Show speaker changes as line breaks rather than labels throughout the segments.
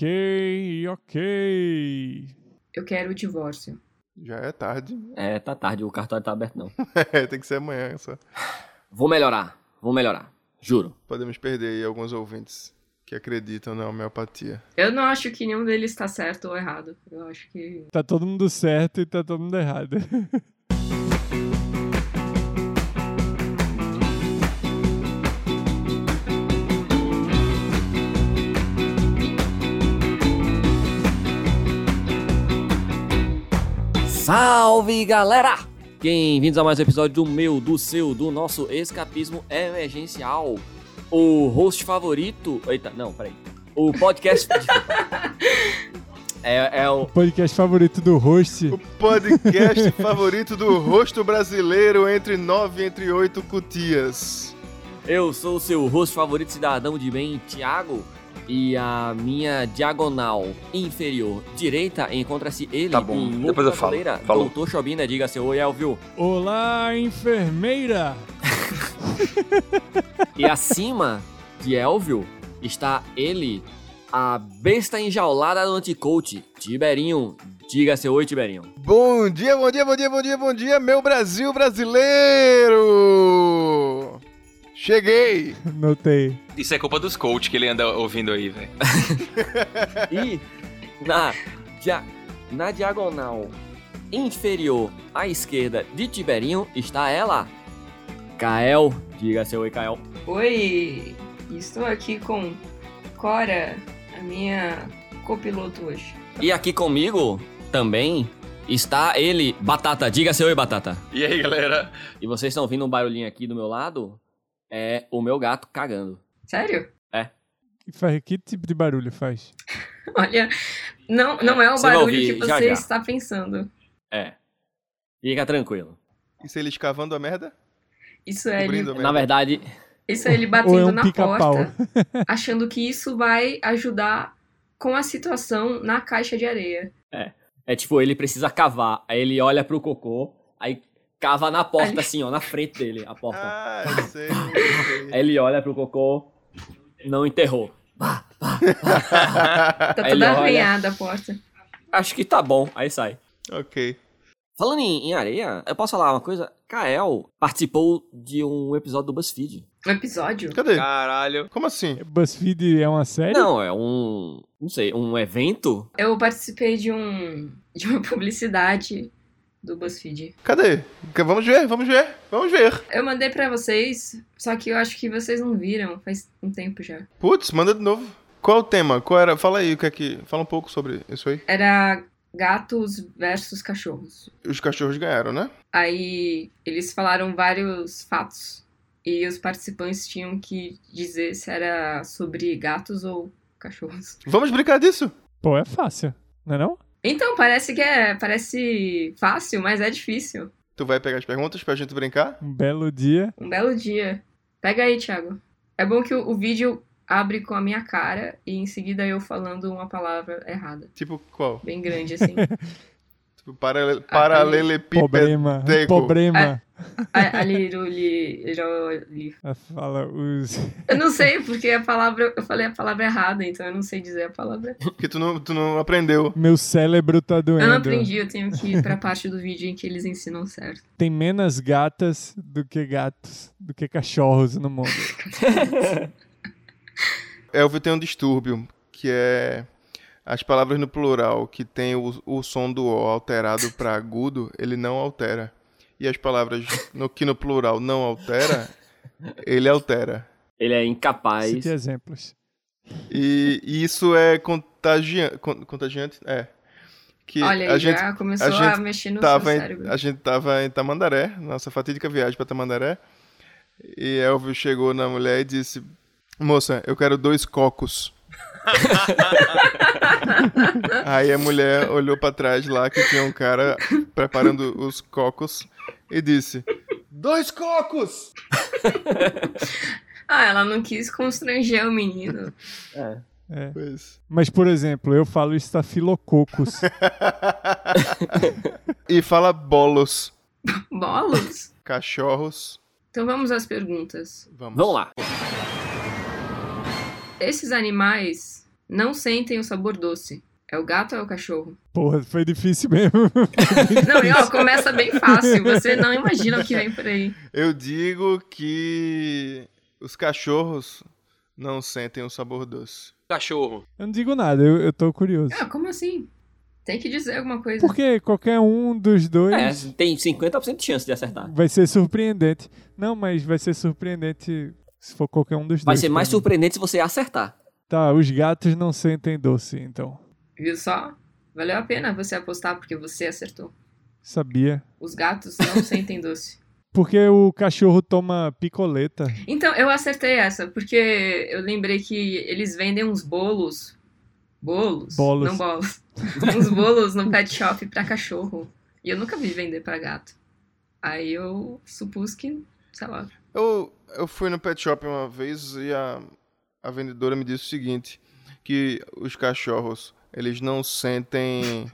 Ok, ok.
Eu quero o divórcio.
Já é tarde.
É, tá tarde, o cartório tá aberto não.
É, tem que ser amanhã só.
Vou melhorar, vou melhorar. Juro.
Podemos perder aí alguns ouvintes que acreditam na homeopatia.
Eu não acho que nenhum deles tá certo ou errado. Eu acho que.
Tá todo mundo certo e tá todo mundo errado.
Salve, galera! Bem-vindos a mais um episódio do meu, do seu, do nosso escapismo emergencial. O host favorito. Eita, não, peraí. O podcast. é, é o.
Podcast favorito do host.
O podcast favorito do rosto brasileiro entre nove e entre oito cutias.
Eu sou o seu host favorito, cidadão de bem, Thiago. E a minha diagonal inferior direita encontra-se ele,
Tá bom,
um louco
depois eu falo.
brasileira,
Falou.
doutor Chobina, diga seu oi, Elvio.
Olá, enfermeira!
E acima de Elvio está ele, a besta enjaulada do anticoach, Tiberinho. Diga seu oi, Tiberinho.
Bom dia, bom dia, bom dia, bom dia, bom dia, meu Brasil brasileiro! Cheguei!
Notei.
Isso é culpa dos coach que ele anda ouvindo aí, velho.
E na, dia- na diagonal inferior à esquerda de Tiberinho está ela, Kael. Diga seu oi, Kael.
Oi! Estou aqui com Cora, a minha copiloto hoje.
E aqui comigo também está ele, Batata. Diga seu oi, Batata.
E aí, galera?
E vocês estão ouvindo um barulhinho aqui do meu lado? É o meu gato cagando.
Sério?
Faz, que tipo de barulho faz?
Olha, não, não é o
Você vai
barulho
ouvir
que você
já, já.
está pensando.
É. Fica tranquilo.
E se ele escavando a merda?
Isso é, ele,
Cobrindo a merda?
Na verdade,
isso é ele batendo
Ou é um
na
pica-pau?
porta, achando que isso vai ajudar com a situação na caixa de areia.
é tipo, ele precisa cavar. Aí ele olha pro cocô, aí cava na porta, assim, ó, na frente dele, a porta.
Ah, eu sei, eu sei.
Aí ele olha pro cocô, não enterrou.
Tá
Aí ele
toda
olha.
arranhada a porta.
Acho que tá bom, aí sai.
ok.
Falando em, em areia, eu posso falar uma coisa? Kael participou de um episódio do BuzzFeed.
Um episódio?
Cadê?
Caralho.
Como assim?
BuzzFeed é uma série?
Não, é um. Não sei, um evento?
Eu participei de um de uma publicidade do BuzzFeed.
Cadê? Vamos ver, vamos ver, vamos ver.
Eu mandei pra vocês, só que eu acho que vocês não viram, faz um tempo já.
Putz, manda de novo. Qual é o tema? Qual era? Fala aí o que é que. Fala um pouco sobre isso aí.
Era gatos versus cachorros.
Os cachorros ganharam, né?
Aí eles falaram vários fatos e os participantes tinham que dizer se era sobre gatos ou cachorros.
Vamos brincar disso?
Pô, é fácil, não é não?
Então parece que é, parece fácil, mas é difícil.
Tu vai pegar as perguntas pra gente brincar?
Um belo dia.
Um belo dia. Pega aí, Thiago. É bom que o, o vídeo abre com a minha cara e em seguida eu falando uma palavra errada.
Tipo qual?
Bem grande, assim.
Tipo paralel... paralelepípedo.
Problema.
Deco.
É.
Problema.
A- Ali, Ruli, Roli.
Ela Ah, Fala os.
Eu não sei, porque a palavra. Eu falei a palavra errada, então eu não sei dizer a palavra.
Porque tu não, tu não aprendeu.
Meu cérebro tá doendo.
Eu não aprendi, eu tenho que ir pra parte do vídeo em que eles ensinam certo.
Tem menos gatas do que gatos, do que cachorros no mundo.
Elvio tem um distúrbio, que é as palavras no plural que tem o, o som do O alterado para agudo, ele não altera. E as palavras no, que no plural não altera, ele altera.
Ele é incapaz.
Cite exemplos.
E, e isso é contagiante. Contagiante? É. Que
Olha,
a
aí,
gente
já começou
a
a,
gente
mexer no
tava
seu
em,
cérebro.
a gente tava em Tamandaré, nossa fatídica viagem para Tamandaré. E Elvio chegou na mulher e disse: Moça, eu quero dois cocos. Aí a mulher olhou para trás lá que tinha um cara preparando os cocos e disse: Dois cocos!
Ah, ela não quis constranger o menino.
É.
É.
Pois.
Mas, por exemplo, eu falo estafilococos.
E fala bolos,
Bolos?
cachorros.
Então vamos às perguntas.
Vamos.
Vamos lá.
Esses animais Não sentem o sabor doce. É o gato ou é o cachorro?
Porra, foi difícil mesmo.
Não, e ó, começa bem fácil. Você não imagina o que vem por aí.
Eu digo que os cachorros não sentem o sabor doce.
Cachorro.
Eu não digo nada, eu, eu tô curioso.
Ah, como assim? Tem que dizer alguma coisa.
Porque qualquer um dos dois
É, tem 50% de chance de acertar.
vai ser surpreendente. Não, mas vai ser surpreendente se for qualquer um dos
Vai
dois.
ser mais
pra mim.
surpreendente se você acertar.
Tá, os gatos não sentem doce, então.
Viu só? Valeu a pena você apostar porque você acertou.
Sabia.
Os gatos não sentem doce.
Porque o cachorro toma picoleta.
Então, eu acertei essa, porque eu lembrei que eles vendem uns bolos. Bolos?
Bolos.
Não bolos. uns bolos no pet shop pra cachorro. E eu nunca vi vender pra gato. Aí eu supus que, sei lá.
Eu, eu fui no pet shop uma vez e a, a vendedora me disse o seguinte, que os cachorros, eles não sentem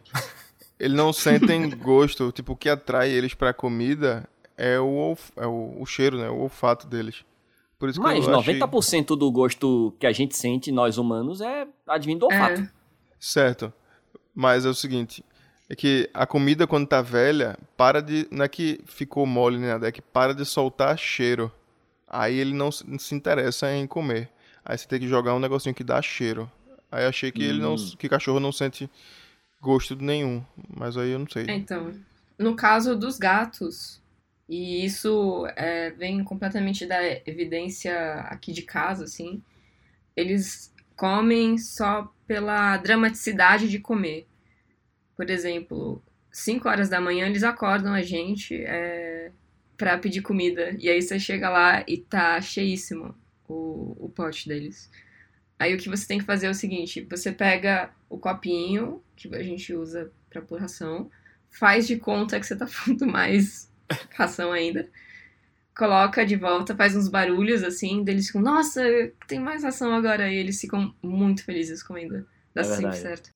eles não sentem gosto, tipo o que atrai eles pra comida é o olf- é o, o cheiro, né, o olfato deles. Por isso
Mas
que eu achei
90% do gosto que a gente sente, nós humanos, é advindo do olfato.
É,
certo. Mas é o seguinte, é que a comida quando tá velha, para de não é que ficou mole nem nada, é que para de soltar cheiro. Aí ele não se não se interessa em comer. Aí você tem que jogar um negocinho que dá cheiro. Aí achei que ele não,
Hum.
que cachorro não sente gosto nenhum, mas aí eu não sei.
então, no caso dos gatos, e isso é, vem completamente da evidência aqui de casa, assim, eles comem só pela dramaticidade de comer. Por exemplo, 5 horas da manhã eles acordam a gente é, pra pedir comida. E aí você chega lá e tá cheíssimo o, o pote deles. Aí o que você tem que fazer é o seguinte: você pega o copinho que a gente usa pra pôr ração, faz de conta que você tá pondo mais ração ainda. Coloca de volta, faz uns barulhos assim, deles ficam, nossa, tem mais ração agora. E eles ficam muito felizes comendo. Dá
É
sempre
verdade.
certo.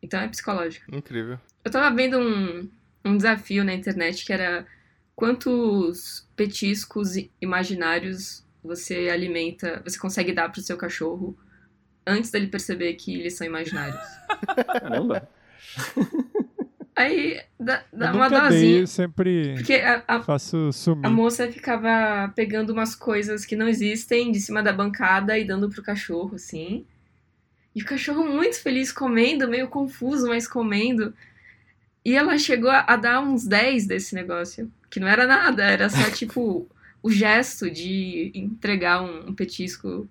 Então é psicológico.
Incrível.
Eu tava vendo um, um desafio na internet que era quantos petiscos i- imaginários você alimenta, você consegue dar pro seu cachorro antes dele perceber que eles são imaginários.
Caramba.
Aí dá, dá
eu
uma
nunca dei,
dosinha.
eu sempre
Porque a, a-
faço
a
sumir.
moça ficava pegando umas coisas que não existem de cima da bancada e dando pro cachorro, assim. E o cachorro muito feliz comendo, meio confuso, mas comendo. E ela chegou a, a dar uns 10 desse negócio. Que não era nada, era só tipo o gesto de entregar um, um petisco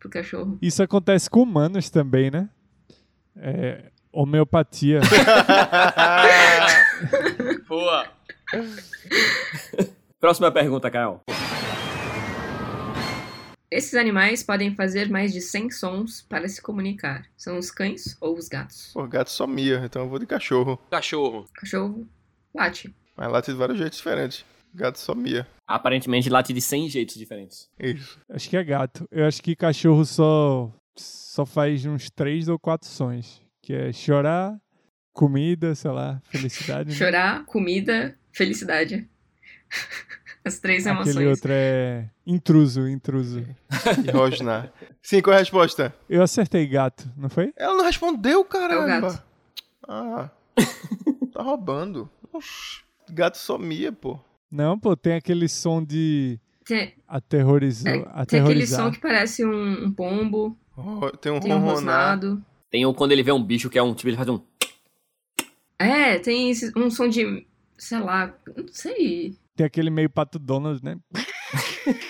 pro cachorro.
Isso acontece com humanos também, né? É, homeopatia.
Boa.
Próxima pergunta, Caio.
Esses animais podem fazer mais de 100 sons para se comunicar. São os cães ou os gatos?
Pô, gato só mia, então eu vou de cachorro.
Cachorro.
O cachorro late.
Mas lá tem vários jeitos diferentes. Gato só mia.
Aparentemente late de 100 jeitos diferentes.
Isso.
acho que é gato. Eu acho que cachorro só, só faz uns três ou quatro sons. Que é chorar, comida, sei lá, felicidade. né?
Chorar, comida, felicidade. As três
Aquele
emoções.
outro é intruso, intruso.
E rosnar. Sim, qual é a resposta?
Eu acertei gato, não foi?
Ela não respondeu, caramba.
É o gato.
Ah. tá roubando. Oxi, Gato só mia, pô.
Não, pô, tem aquele som de
Tem,
aterrorizou,
é, tem aquele
aterrorizar.
som que parece um, um pombo,
Ro- Tem um
tem um
ronronar.
rosnado.
Tem um quando ele vê um bicho que é um tipo, ele faz um.
É, tem esse- um som de. Sei lá, não sei.
Tem aquele meio pato Donald, né?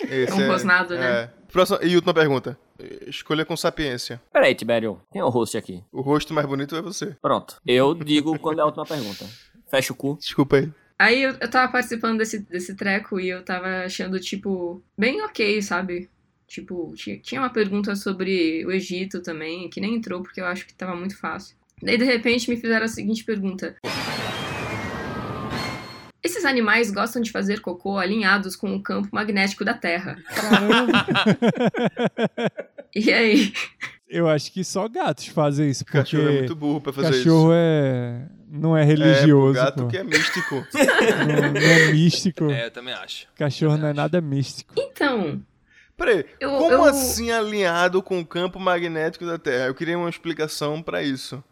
Esse
É um rosnado, né?
é. Próxima, e última pergunta. Escolha com sapiência.
Peraí, Tibério, tem o host aqui.
O rosto mais bonito é você.
Pronto. Eu digo quando é a última pergunta. Fecha o cu.
Desculpa aí.
Aí eu, eu tava participando desse, desse treco e eu tava achando, tipo, bem ok, sabe? Tipo, ti- tinha uma pergunta sobre o Egito também, que nem entrou porque eu acho que tava muito fácil. Daí, de repente, me fizeram a seguinte pergunta: Esses animais gostam de fazer cocô alinhados com o campo magnético da Terra. E aí?
Eu acho que só gatos fazem isso, porque
Cachorro é muito burro pra fazer
cachorro é não é
isso.
religioso,
É, pro gato
pô.
que é místico.
Não, não é místico.
Hum.
É, eu também acho.
Cachorro não é nada místico.
Então,
Peraí,
Eu-
como
eu-
assim alinhado com o campo magnético da Terra? Eu queria uma explicação pra isso.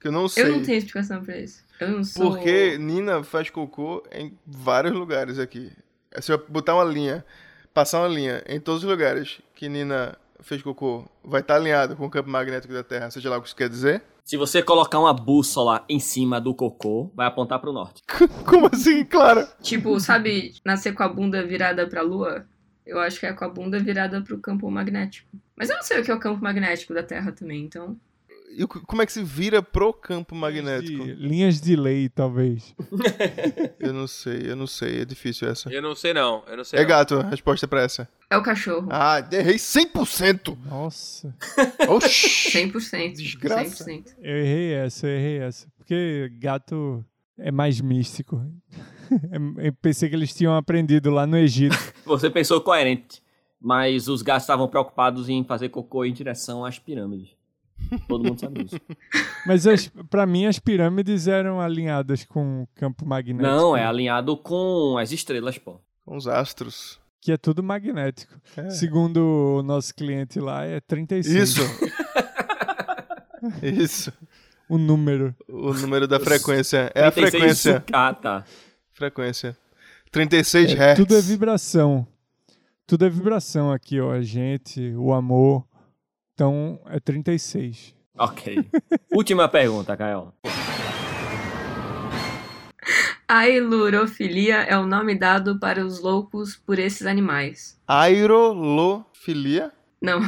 Que eu não sei.
Eu não tenho explicação pra isso. Eu não sou.
Porque Nina faz cocô em vários lugares aqui. É, Se eu botar uma linha, passar uma linha em todos os lugares que Nina fez cocô, vai estar alinhado com o campo magnético da Terra, seja lá o que isso quer dizer.
Se você colocar uma bússola em cima do cocô, vai apontar pro norte.
Como assim, claro?
Tipo, sabe, nascer com a bunda virada pra lua? Eu acho que é com a bunda virada pro campo magnético. Mas eu não sei o que é o campo magnético da Terra também, então.
E o- como é que se vira pro campo magnético?
De- linhas de lei, talvez.
Eu não sei, eu não sei, é difícil essa.
Eu não sei não, eu não sei.
É
não.
gato, a resposta é pra essa.
É o cachorro.
Ah, errei 100%!
Nossa.
Oxi!
100%.
Desgraça.
100%.
Eu errei essa, eu errei essa. Porque gato é mais místico. Eu pensei que eles tinham aprendido lá no Egito.
Você pensou coerente, mas os gatos estavam preocupados em fazer cocô em direção às pirâmides. Todo mundo sabe disso.
Mas as, pra mim as pirâmides eram alinhadas com o campo magnético.
Não, é alinhado com as estrelas, pô.
Com os astros.
Que é tudo magnético.
É.
Segundo o nosso cliente lá, é 36.
Isso! Isso.
O número.
O número da frequência. É a frequência.
Sucata.
Frequência. 36
É,
Hz.
tudo é vibração. Tudo é vibração aqui, ó. A gente, o amor. Então, é 36.
Ok. Última pergunta, Caio.
A ilurofilia é o nome dado para os loucos por esses animais.
Aerolofilia.
Não.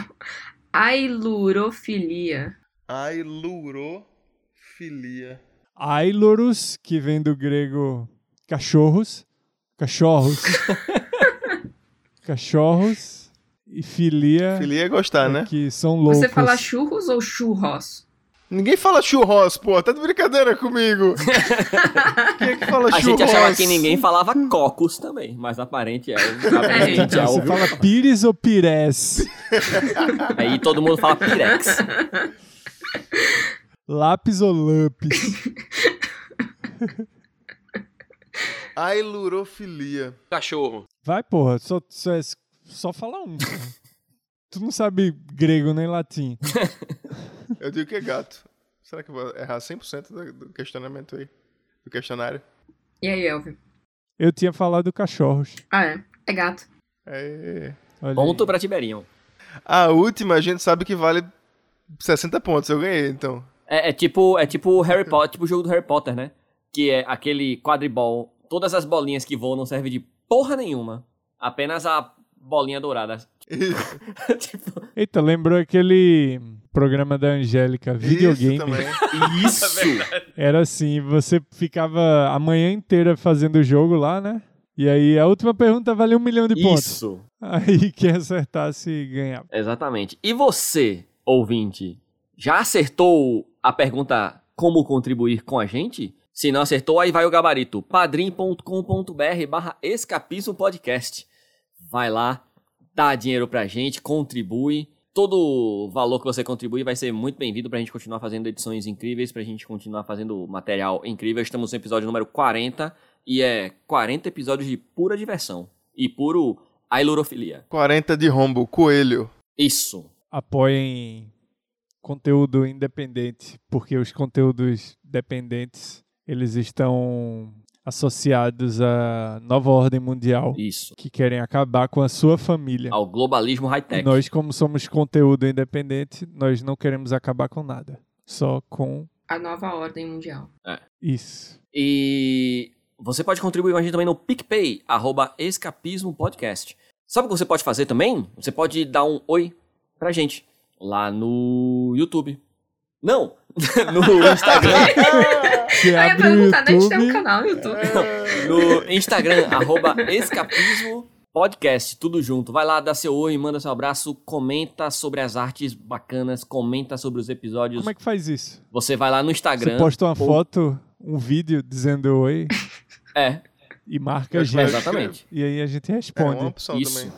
A ilurofilia.
Ailurofilia.
Ailorus, que vem do grego cachorros. Cachorros. cachorros. E filia,
Filia é gostar, né?
que são loucos.
Você fala churros ou churros?
Ninguém fala churros, pô. Tá de brincadeira comigo. Quem é que fala
A
churros?
gente achava que ninguém falava cocos também, mas aparente é. Aparente é
Então, você
óbvio.
fala pires ou pires?
Aí todo mundo fala pirex.
Lápis ou lampis?
Ailurofilia.
Cachorro.
Vai, porra. Só, só, é- só fala um. cara. tu não sabe grego nem latim.
Eu digo que é gato. Será que eu vou errar 100% da- do questionamento aí? Do questionário?
E aí, Elvio?
Eu tinha falado cachorros.
Ah, é. É gato.
É.
Olha aí.
Ponto pra Tiberinho.
A última a gente sabe que vale 60 pontos. Eu ganhei, então.
É, é tipo, é tipo Harry Potter, tipo o jogo do Harry Potter, né? Que é aquele quadribol. Todas as bolinhas que voam não servem de porra nenhuma. Apenas a bolinha dourada. tipo,
Eita, lembrou aquele programa da Angélica, videogame.
Isso também.
isso!
Era assim, você ficava a manhã inteira fazendo o jogo lá, né? E aí a última pergunta valia um milhão de pontos.
isso!
Aí quem acertasse ganhava.
Exatamente. E você, ouvinte, já acertou a pergunta como contribuir com a gente? Se não acertou, aí vai o gabarito. padrim.com.br barra escapismo podcast. Vai lá, dá dinheiro pra gente, contribui. Todo o valor que você contribui vai ser muito bem-vindo pra gente continuar fazendo edições incríveis, pra gente continuar fazendo material incrível. Estamos no episódio número 40 e é 40 episódios de pura diversão e puro ailurofilia.
40 de rombo, coelho.
Isso.
Apoiem conteúdo independente, porque os conteúdos dependentes, eles estão associados à nova ordem mundial,
Isso.
que querem acabar com a sua família.
Ao globalismo
E
high-tech.
nós, como somos conteúdo independente, nós não queremos acabar com nada, só com
A nova ordem mundial.
isso.
E você pode contribuir com a gente também no PicPay, arroba Escapismo Podcast. Sabe o que você pode fazer também? Você pode dar um oi pra gente lá no YouTube. Não! no Instagram.
Você
Ah, eu ia
abre o
perguntar, né? A gente tem um
YouTube, É.
canal no YouTube.
No Instagram, arroba Escapismo Podcast, tudo junto. Vai lá, dá seu oi, manda seu abraço, comenta sobre as artes bacanas, comenta sobre os episódios.
como é que faz isso?
Você vai lá no
Você
Instagram.
posta uma
Pô.
foto, um vídeo dizendo oi
É,
e marca a
Eu
gente.
acho
exatamente.
E aí a gente
É uma
responde.
opção
Isso.
também.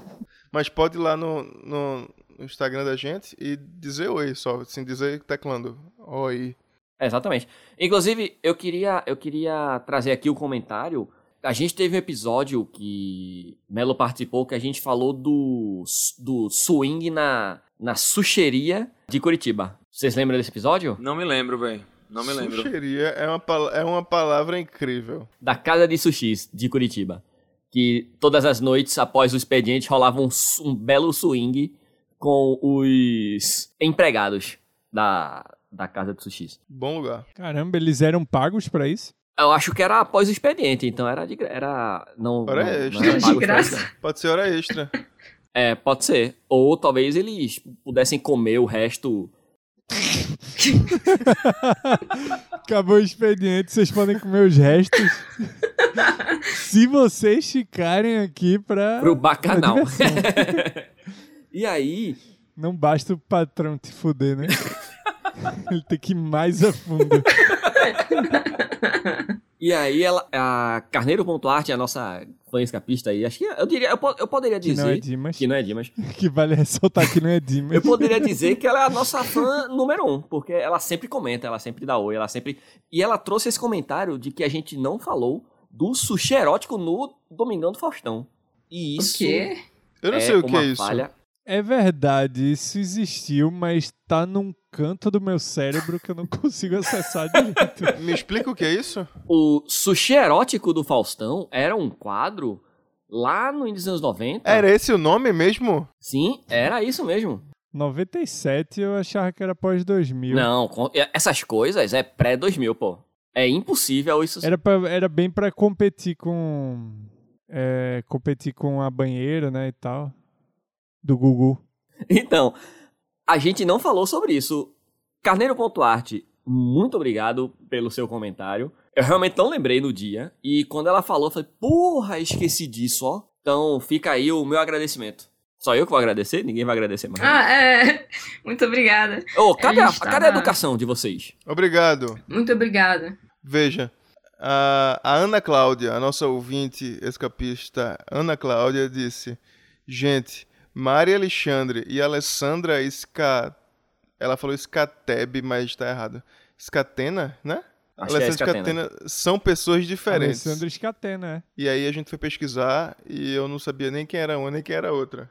Mas pode ir lá no, no Instagram da gente e dizer oi só, assim, dizer teclando. Oi.
É, Exatamente. Inclusive, eu queria, eu queria trazer aqui o comentário A gente teve um episódio que Melo participou que a gente falou do, do swing na, na sucheria de Curitiba. Vocês lembram desse episódio?
Não me lembro, velho. Não me lembro.
Sucheria é uma, pala- é uma palavra incrível.
Da Casa de Sushis de Curitiba. Que todas as noites, após o expediente, rolava um, su- um belo swing com os empregados da, da Casa de Sushis.
Bom lugar.
Caramba, eles eram pagos pra isso?
Eu acho que era após o expediente, então era de gra- era não,
Era
não- não
extra.
era pago
De graça.
pra isso,
Pode ser hora extra.
não. É, pode ser. Ou talvez eles pudessem comer o resto.
Acabou o expediente, vocês podem comer os restos. Se vocês ficarem aqui pra.
Pro
pra
bacanal.
diversão.
E aí,
Não basta o patrão te fuder, né? Ele tem que ir mais a fundo.
e aí ela, a Carneiro.art, a nossa fã escapista aí, acho que eu diria, eu, po- eu poderia
Que não é
dizer
Dimas.
que não é Dimas.
Que vale ressaltar que não é Dimas.
Eu poderia dizer que ela é a nossa fã número um, porque ela sempre comenta, ela sempre dá oi, ela sempre. E ela trouxe esse comentário de que a gente não falou do sushi erótico no Domingão do Faustão. E isso.
O quê?
Eu não
é
sei o que
uma
é isso.
falha.
É verdade, isso existiu, mas tá num canto do meu cérebro que eu não consigo acessar direito.
Me explica o que é isso?
O sushi erótico do Faustão era um quadro lá no início dos anos 90.
Era esse o nome mesmo?
Sim, era isso mesmo.
97 eu achava que era pós 2000.
Não, com- essas coisas é pré-2000, pô. É impossível isso.
Era, pra- era bem pra competir com. é, competir com a banheira, né? E tal. Do Gugu.
Então, a gente não falou sobre isso. Carneiro.arte, muito obrigado pelo seu comentário. Eu realmente não lembrei no dia. E quando ela falou, eu falei, porra, esqueci disso, ó. Então fica aí o meu agradecimento. Só eu que vou agradecer? Ninguém vai agradecer mais.
Ah, é. Muito obrigada.
Ô, cadê, a,
gente tá
cadê a
na-
educação de vocês?
Obrigado.
Muito obrigada.
Veja, a, a Ana Cláudia, a nossa ouvinte escapista Ana Cláudia, disse: Gente, Mari Alexandre e Alessandra Sca. Ela falou Scateb, mas tá errado. Scatena, né?
Acho que é Scatena.
são pessoas diferentes.
Alessandro Scatena, é.
E aí a gente foi pesquisar e eu não sabia nem quem era uma nem quem era a outra.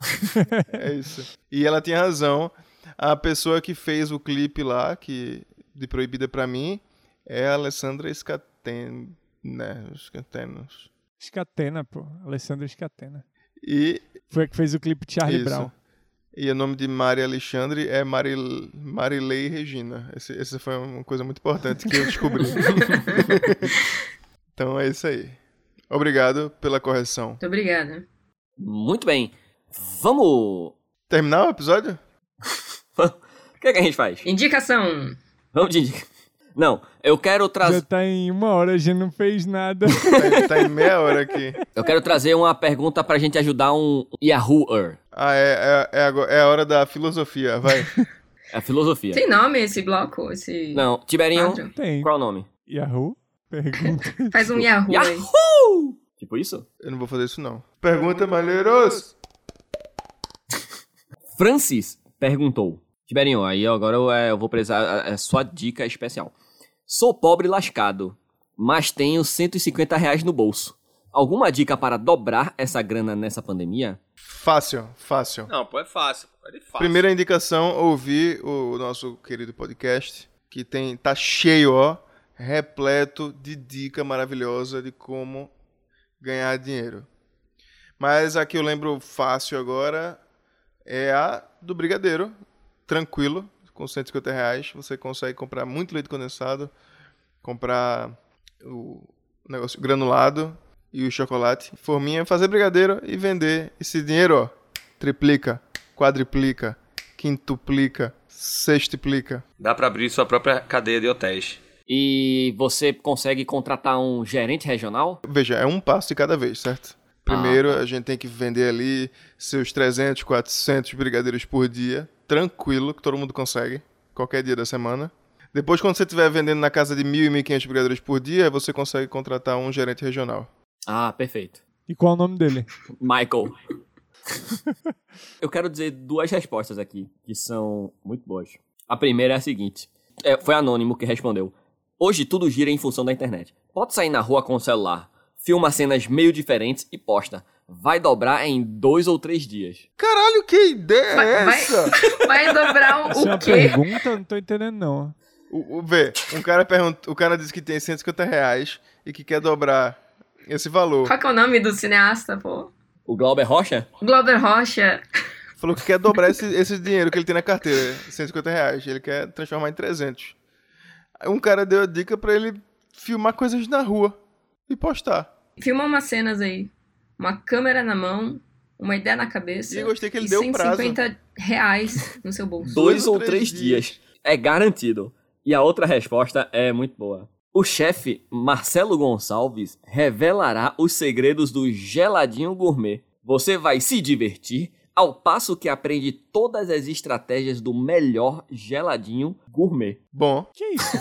é isso. E ela tinha razão. A pessoa que fez o clipe lá, que de Proibida pra mim, é a Alessandra Scaten... né, Scatenos.
Scatena, pô. Alessandro Scatena.
E
Foi a que fez o clipe de Charlie
isso.
Brown.
E o nome de Mari Alexandre é Mari... Marilei Regina. Esse- Essa foi uma coisa muito importante que eu descobri. então é isso aí. Obrigado pela correção.
Muito obrigada.
Muito bem. Vamos.
Terminar o episódio?
O que, é que a gente faz?
Indicação.
Vamos de. Não, eu quero
Já
trazer.
tá em uma hora, já não fez nada.
Tá, tá em meia hora aqui.
Eu quero trazer uma pergunta pra gente ajudar um Yahooer.
Ah, é, é, é, agora, é a hora da filosofia, vai.
É filosofia.
Tem nome esse bloco? Esse
Não, Tiberinho,
quadro?
Tem.
qual é o nome?
Yahoo? Pergunta.
Faz um Yahoo. aí.
Yahoo! Tipo isso?
Eu não vou fazer isso, não. Pergunta, Malheiros!
Francis perguntou. Tiberinho, aí agora eu, é, eu vou precisar. É é sua dica especial. Sou pobre lascado, mas tenho 150 reais no bolso. Alguma dica para dobrar essa grana nessa pandemia?
Fácil, fácil.
Não, pô, é fácil. pô, É de fácil.
Primeira indicação, ouvir o nosso querido podcast, que tem tá cheio, ó, repleto de dica maravilhosa de como ganhar dinheiro. Mas a que eu lembro fácil agora é a do Brigadeiro, tranquilo, com 150 reais você consegue comprar muito leite condensado, comprar o negócio granulado e o chocolate, forminha, fazer brigadeiro e vender esse dinheiro, ó, triplica quadriplica, quintuplica, sextiplica.
Dá pra abrir sua própria cadeia de hotéis.
E você consegue contratar um gerente regional?
Veja, é um passo de cada vez, certo? Primeiro, a gente tem que vender ali seus 300, 400 brigadeiros por dia, tranquilo, que todo mundo consegue, qualquer dia da semana. Depois, quando você estiver vendendo na casa de 1.000 e 1.500 brigadeiros por dia, você consegue contratar um gerente regional.
Ah, perfeito.
E qual é o nome dele?
Michael. Eu quero dizer duas respostas aqui, que são muito boas. A primeira é a seguinte: É, foi anônimo que respondeu. Hoje tudo gira em função da internet. Pode sair na rua com o celular, filma cenas meio diferentes e posta. Vai dobrar em dois ou três dias.
Caralho, que ideia
Vai-
é
vai-
essa?
Vai dobrar
Isso é
o,
uma
o quê?
pergunta? Eu Não tô entendendo, não.
O, o, vê, um cara pergunta, o cara diz que tem 150 reais e que quer dobrar esse valor.
Qual que é o nome do cineasta, pô?
O Glauber Rocha?
Glauber Rocha.
Falou que quer dobrar esse, esse dinheiro que ele tem na carteira, 150 reais. Ele quer transformar em 300. Aí um cara deu a dica pra ele filmar coisas na rua e postar.
Filma umas cenas aí. Uma câmera na mão, uma ideia na cabeça.
E eu gostei que ele deu o prazo.
150 reais no seu bolso.
Dois ou três dias. É garantido. E a outra resposta é muito boa. O chefe Marcelo Gonçalves revelará os segredos do geladinho gourmet. Você vai se divertir ao passo que aprende todas as estratégias do melhor geladinho gourmet.
Bom,
Que isso?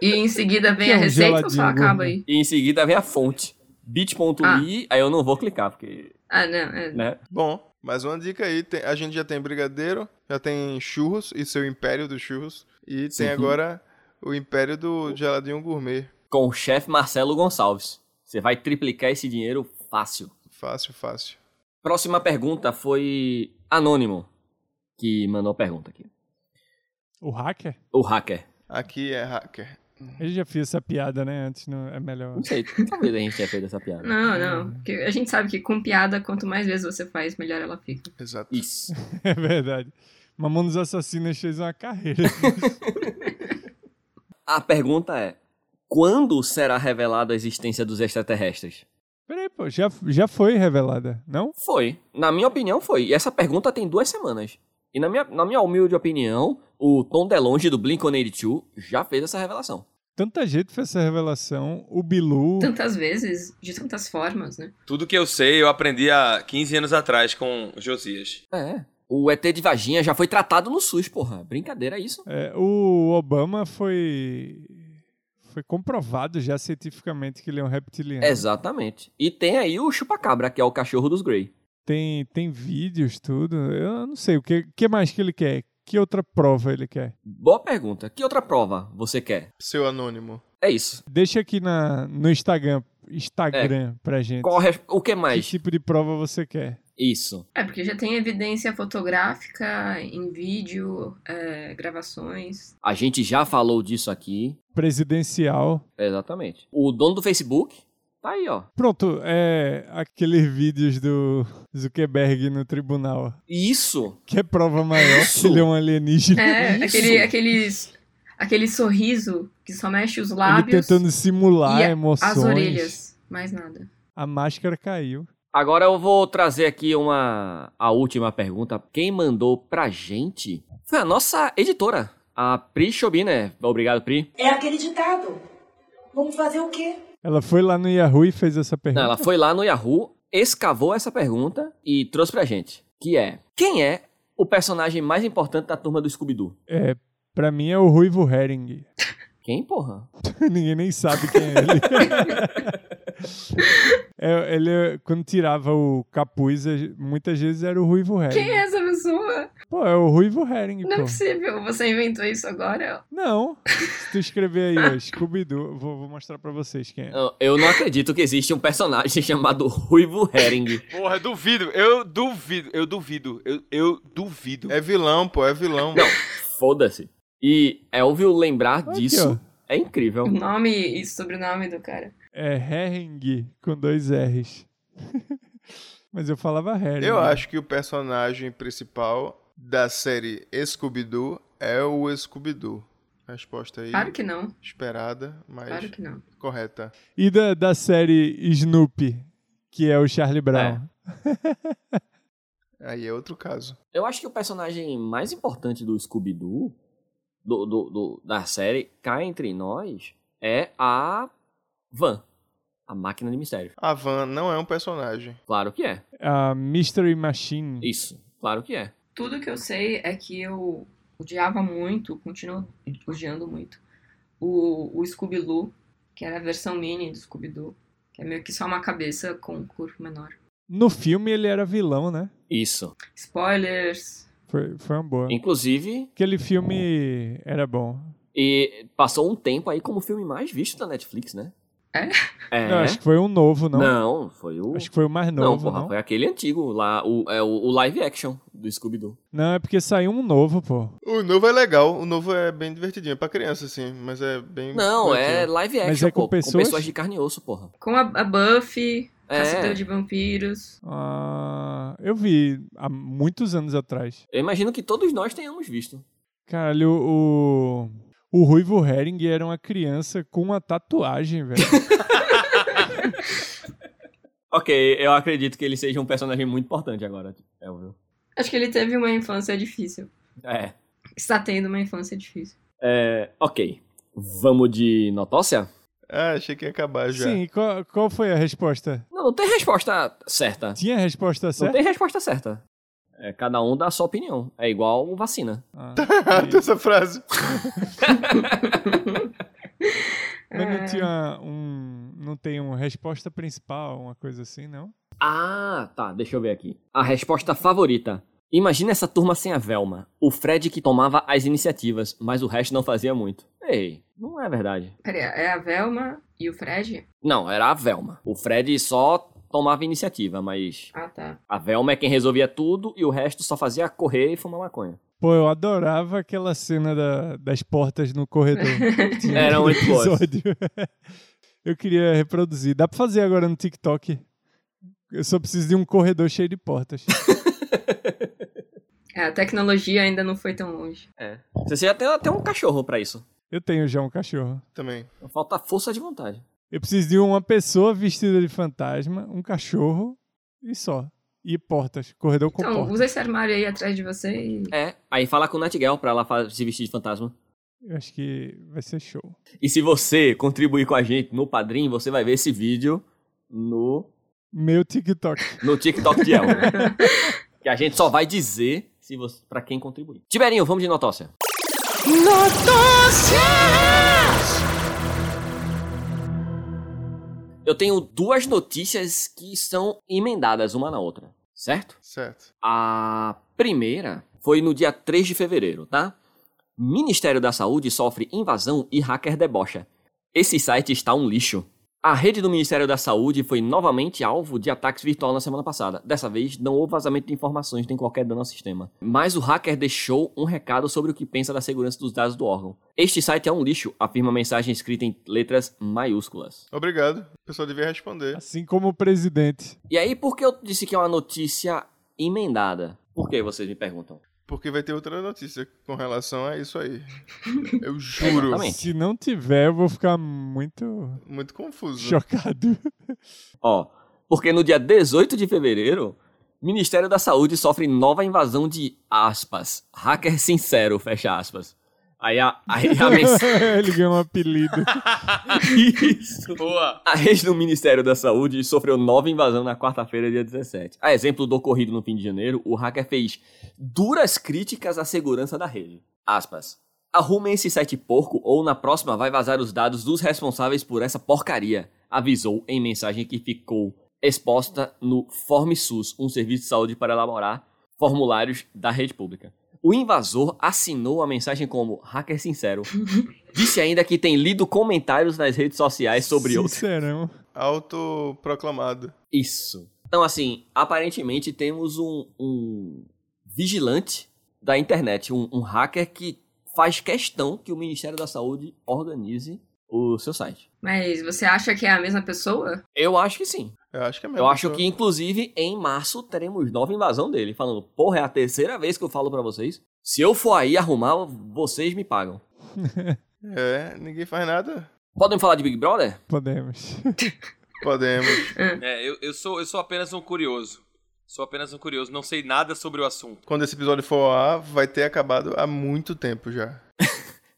E em seguida vem
Que é
a
um
receita ou só
geladinho,
acaba
né?
aí?
E em seguida vem a fonte. bit.ly, aí eu não vou clicar, porque.
Ah, não. É.
Né?
bom. Mais uma dica aí. tem- a gente já tem brigadeiro, já tem churros e seu império dos churros. E
Sim.
tem agora o império do geladinho gourmet.
Com o chefe Marcelo Gonçalves. Você vai triplicar esse dinheiro fácil.
Fácil, fácil.
Próxima pergunta foi Anônimo, que mandou a pergunta aqui.
O hacker?
O hacker.
Aqui é hacker.
Eu já fiz essa piada, né? Antes não é melhor.
Não sei, talvez a gente tenha feito essa piada.
Não, não. Porque a gente sabe que com piada, quanto mais vezes você faz, melhor ela fica.
Exato.
Isso.
É verdade. Mamonos Assassinas fez uma carreira.
A pergunta é: quando será revelada a existência dos extraterrestres?
Peraí, pô, já, já foi revelada, não?
Foi. Na minha opinião, foi. E essa pergunta tem duas semanas. E na minha, na minha humilde opinião, o Tom DeLonge do Blink-182 já fez essa revelação.
Tanta gente fez essa revelação. O Bilu.
Tantas vezes, de tantas formas, né?
Tudo que eu sei, eu aprendi há 15 anos atrás com Josias.
É. O ET de Varginha já foi tratado no SUS, porra. Brincadeira, é isso?
É, o Obama foi. Foi comprovado já cientificamente que ele é um reptiliano.
Exatamente. E tem aí o chupacabra, que é o cachorro dos Grey.
Tem, tem vídeos, tudo. Eu não sei. O que, que mais que ele quer? Que outra prova ele quer?
Boa pergunta. Que outra prova você quer?
Seu anônimo.
É isso.
Deixa aqui na, no Instagram, Instagram pra gente.
Qual a res- o que
Que
mais?
tipo de prova você quer?
Isso.
É, porque já tem evidência fotográfica em vídeo, é, gravações.
A gente já falou disso aqui.
Presidencial.
Exatamente. O dono do Facebook tá aí, ó.
Pronto, é aqueles vídeos do Zuckerberg no tribunal.
Isso.
Que é prova maior
Isso.
que ele é um alienígena.
É,
Isso.
aquele, aqueles, aquele sorriso que só mexe os
ele
lábios
tentando simular
e a-
emoções.
as orelhas. Mais nada.
A máscara caiu.
Agora eu vou trazer aqui uma a última pergunta. Quem mandou pra gente foi a nossa editora, a Pri Chobiner. Obrigado, Pri.
É aquele ditado. Vamos fazer o quê?
Ela foi lá no Yahoo e fez essa pergunta.
Não, ela foi lá no Yahoo, escavou essa pergunta e trouxe pra gente, que é: quem é o personagem mais importante da turma do Scooby-Doo?
É, pra mim é o Ruivo Hering.
Quem, porra?
Ninguém nem sabe quem é ele. É, ele, é- quando tirava o capuz, é- muitas vezes era o Ruivo Hering.
Quem é essa pessoa?
Pô, é o Ruivo Hering,
Não é
pô.
possível. Você inventou isso agora?
Não. Se tu escrever aí, ó, Scooby-Doo, vou, vou mostrar pra vocês quem é.
Eu- Eu não acredito que existe um personagem chamado Ruivo Hering.
Porra, eu duvido, eu duvido, eu duvido, eu, eu duvido.
É vilão, pô, é vilão.
Não, foda-se. E Elvio lembrar
Aqui,
disso
ó.
é incrível.
O nome e sobrenome do cara.
É Hering com dois R's. Mas eu falava né? Hering.
Eu acho que o personagem principal da série Scooby-Doo é o Scooby-Doo. Resposta aí
Claro que não.
esperada, mas
Claro que não.
correta.
E da, da série Snoopy, que é o Charlie Brown.
Aí é outro caso.
Eu acho que o personagem mais importante do Scooby-Doo, do, do- do- da série, cá entre nós, é a Van. A máquina de mistério.
A Van não é um personagem.
Claro que é.
A Mystery Machine.
Isso, claro que é.
Tudo que eu sei é que eu odiava muito, continuo odiando muito, o, o Scooby-Loo, que era a versão mini do Scooby-Doo, que é meio que só uma cabeça com um corpo menor.
No filme ele era vilão, né?
Isso.
Spoilers!
Foi, foi uma boa.
Inclusive,
Aquele filme era bom.
e passou um tempo aí como o filme mais visto da Netflix, né? É.
Não, acho que foi um novo, não.
Não, foi o.
Acho que foi o mais
não,
novo,
porra,
não.
foi aquele antigo lá, o, é, o, o live action do Scooby-Doo.
Não, é porque saiu um novo, pô.
O novo é legal, o novo é bem divertidinho, é pra criança, assim, mas é bem.
Não, é
infantil.
live action,
Mas é com
pô, com
pessoas?
pessoas de carne e osso, porra.
Com a, a Buffy, Caçador
É,
de Vampiros.
Ah, eu vi há muitos anos atrás.
eu imagino que todos nós tenhamos visto.
Caralho, o. O Ruivo Herring era uma criança com uma tatuagem, velho.
Ok, eu acredito que ele seja um personagem muito importante agora, é Elvio.
Acho que ele teve uma infância difícil.
É,
Está tendo uma infância difícil.
é, ok. Vamos de notócia?
Ah, achei que ia acabar
é.
já.
Sim, qual, qual foi a resposta?
Não, não tem resposta certa.
Tinha a resposta
Não
certa?
tem resposta certa. É, cada um dá a sua opinião. É igual vacina.
Ah,
Errado essa frase.
mas não
É.
tinha um. Não tem uma resposta principal, uma coisa assim, não?
Ah, tá, deixa eu ver aqui. A resposta favorita. Imagina essa turma sem a Velma. O Fred que tomava as iniciativas, mas o resto não fazia muito. Ei, não é verdade.
Peraí, é a Velma e o Fred?
Não, era a Velma. O Fred só tomava iniciativa, mas
Ah, tá.
a Velma é quem resolvia tudo e o resto só fazia correr e fumar maconha.
Pô, eu adorava aquela cena da- das portas no corredor. Tinha
Era um
aquele
muito boa.
Eu queria reproduzir. Dá pra fazer agora no TikTok? Eu só preciso de um corredor cheio de portas.
É, a tecnologia ainda não foi tão longe.
É. Você já tem até um cachorro pra isso.
Eu tenho já um cachorro.
Também.
Falta força de vontade.
Eu preciso de uma pessoa vestida de fantasma, um cachorro e só. E portas. Corredor com
Então,
portas.
usa esse armário aí atrás de você e.
É, aí fala com o Nightingale pra ela fa- se vestir de fantasma.
Eu acho que vai ser show.
E se você contribuir com a gente no Padrim, você vai ver esse vídeo no,
Meu TikTok.
no TikTok de Elvio. que a gente só vai dizer se você, pra quem contribuir. Tiberinho, vamos de notócia. Notócia! Eu tenho duas notícias que são emendadas uma na outra, certo?
Certo.
A primeira foi no dia 3 de fevereiro, tá? Ministério da Saúde sofre invasão e hacker debocha. Esse site está um lixo. A rede do Ministério da Saúde foi novamente alvo de ataques virtual na semana passada. Dessa vez, não houve vazamento de informações nem qualquer dano ao sistema. Mas o hacker deixou um recado sobre o que pensa da segurança dos dados do órgão. Este site é um lixo, afirma a mensagem escrita em letras maiúsculas.
Obrigado. O pessoal devia responder.
Assim como o presidente.
E aí, por que eu disse que é uma notícia emendada? Por que vocês me perguntam?
Porque vai ter outra notícia com relação a isso aí. Eu juro.
Exatamente.
Se não tiver, eu vou ficar muito
Muito confuso.
chocado.
Ó, porque no dia 18 de fevereiro, Ministério da Saúde sofre nova invasão de aspas, hacker sincero, fecha aspas. Aí a, aí a mensagem.
Ele ganhou um apelido.
Isso.
Boa!
A rede do Ministério da Saúde sofreu nova invasão na quarta-feira, dia 17. A exemplo do ocorrido no fim de janeiro, o hacker fez duras críticas à segurança da rede. Aspas. Arrumem esse site porco ou na próxima vai vazar os dados dos responsáveis por essa porcaria, avisou em mensagem que ficou exposta no FormSUS, um serviço de saúde para elaborar formulários da rede pública. O invasor assinou a mensagem como hacker sincero. Disse ainda que tem lido comentários nas redes sociais sobre outros.
Sincerão.
Autoproclamado.
Isso. Então, assim, aparentemente temos um, um vigilante da internet, um, um hacker que faz questão que o Ministério da Saúde organize o seu site.
Mas você acha que é a mesma pessoa?
Eu acho que sim.
Eu acho que é mesmo.
Eu acho que, inclusive, em março teremos nova invasão dele, falando: porra, é a terceira vez que eu falo pra vocês. Se eu for aí arrumar, vocês me pagam.
É, ninguém faz nada.
Podem falar de Big Brother?
Podemos.
Podemos.
É, eu, eu sou, eu sou apenas um curioso. Sou apenas um curioso, não sei nada sobre o assunto.
Quando esse episódio for ao ar, vai ter acabado há muito tempo já.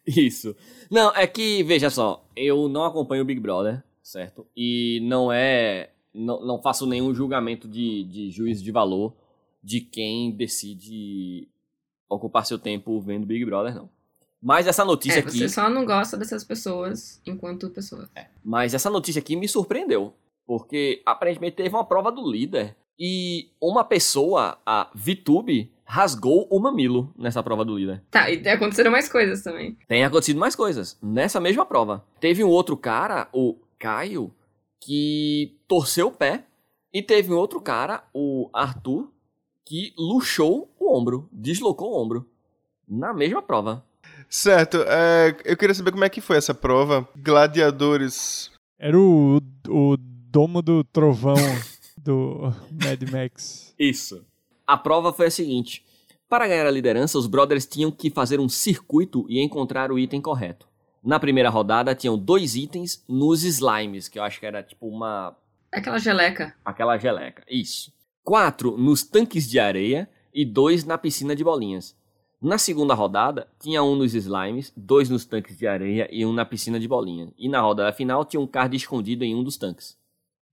Isso. Não, é que, veja só, eu não acompanho o Big Brother, certo? E não é. Não, não faço nenhum julgamento de, de juízo de valor de quem decide ocupar seu tempo vendo Big Brother, não. Mas essa notícia
é,
aqui.
você
É.
só não gosta dessas pessoas enquanto pessoa.
Mas essa notícia aqui me surpreendeu, porque aparentemente teve uma prova do líder e uma pessoa, a VTube, rasgou o mamilo nessa prova do líder.
Tá, e aconteceram mais coisas também.
Tem acontecido mais coisas nessa mesma prova. Teve um outro cara, o Caio, que torceu o pé. E teve um outro cara, o Arthur, que luxou o ombro, deslocou o ombro. Na mesma prova.
Certo, é, eu queria saber como é que foi essa prova. Gladiadores.
Era o, o domo do trovão do Mad Max.
Isso. A prova foi a seguinte: para ganhar a liderança, os brothers tinham que fazer um circuito e encontrar o item correto. Na primeira rodada, tinham dois itens nos slimes, que eu acho que era tipo uma.
Aquela geleca.
aquela geleca. Isso. Quatro nos tanques de areia e dois na piscina de bolinhas. Na segunda rodada, tinha um nos slimes, dois nos tanques de areia e um na piscina de bolinha. E na rodada final, tinha um card escondido em um dos tanques.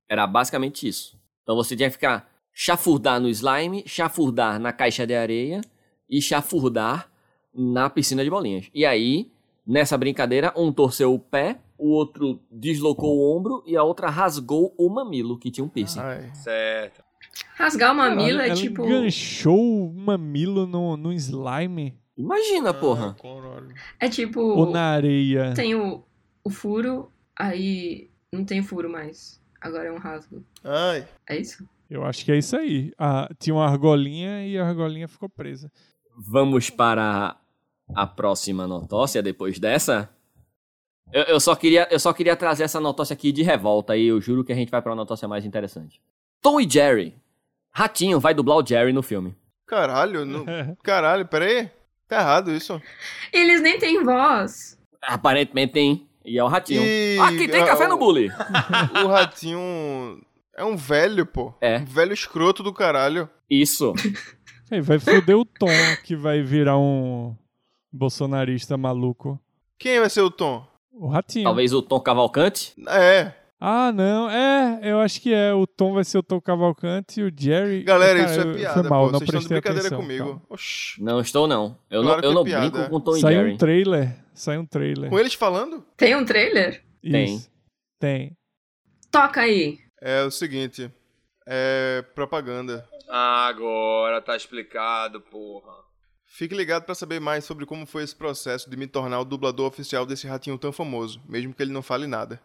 Era basicamente isso. Então você tinha que ficar chafurdar no slime, chafurdar na caixa de areia e chafurdar na piscina de bolinhas. E aí, nessa brincadeira, um torceu o pé, o outro deslocou o ombro e a outra rasgou o mamilo, que tinha um piercing.
Ai.
Certo.
Rasgar o mamilo
ela,
é
ela
tipo.
enganchou o mamilo no, no slime
Imagina, porra.
É tipo.
ou na areia.
Tem o, o furo, aí não tem furo mais. Agora é um rasgo.
Ai.
É isso?
Eu acho que é isso aí. Ah, tinha uma argolinha e a argolinha ficou presa.
Vamos para a próxima notócia depois dessa? Eu, eu só queria, eu só queria trazer essa notócia aqui de revolta e eu juro que a gente vai para uma notócia mais interessante. Tom e Jerry. Ratinho vai dublar o Jerry no filme.
Caralho, não... caralho, peraí. Tá errado isso.
Eles nem têm voz.
Aparentemente tem. E é o Ratinho.
Ih,
Aqui tem
ah,
café no
o-
bully.
O ratinho é um velho, pô.
É.
Um velho escroto do caralho.
Isso.
Aí vai foder o Tom, que vai virar um bolsonarista maluco.
Quem vai ser o Tom?
O ratinho.
Talvez o Tom Cavalcante.
É.
Ah, não. É, eu acho que é. O Tom vai ser o Tom Cavalcante e o Jerry.
Galera,
Cara,
isso
eu-
é piada,
Foi mal,
pô.
não
Vocês estão de
prestei
brincadeira
atenção, tá?
comigo.
calma.
Oxi.
Não estou não. Eu
Claro que
não, eu
é
não
piada.
brinco com Tom e
Saiu um
Jerry.
trailer. Saiu um trailer.
Com eles falando?
Tem um trailer?
Tem.
Isso. Tem.
Toca aí.
É o seguinte. É propaganda.
Agora tá explicado, porra.
Fique ligado pra saber mais sobre como foi esse processo de me tornar o dublador oficial desse ratinho tão famoso, mesmo que ele não fale nada.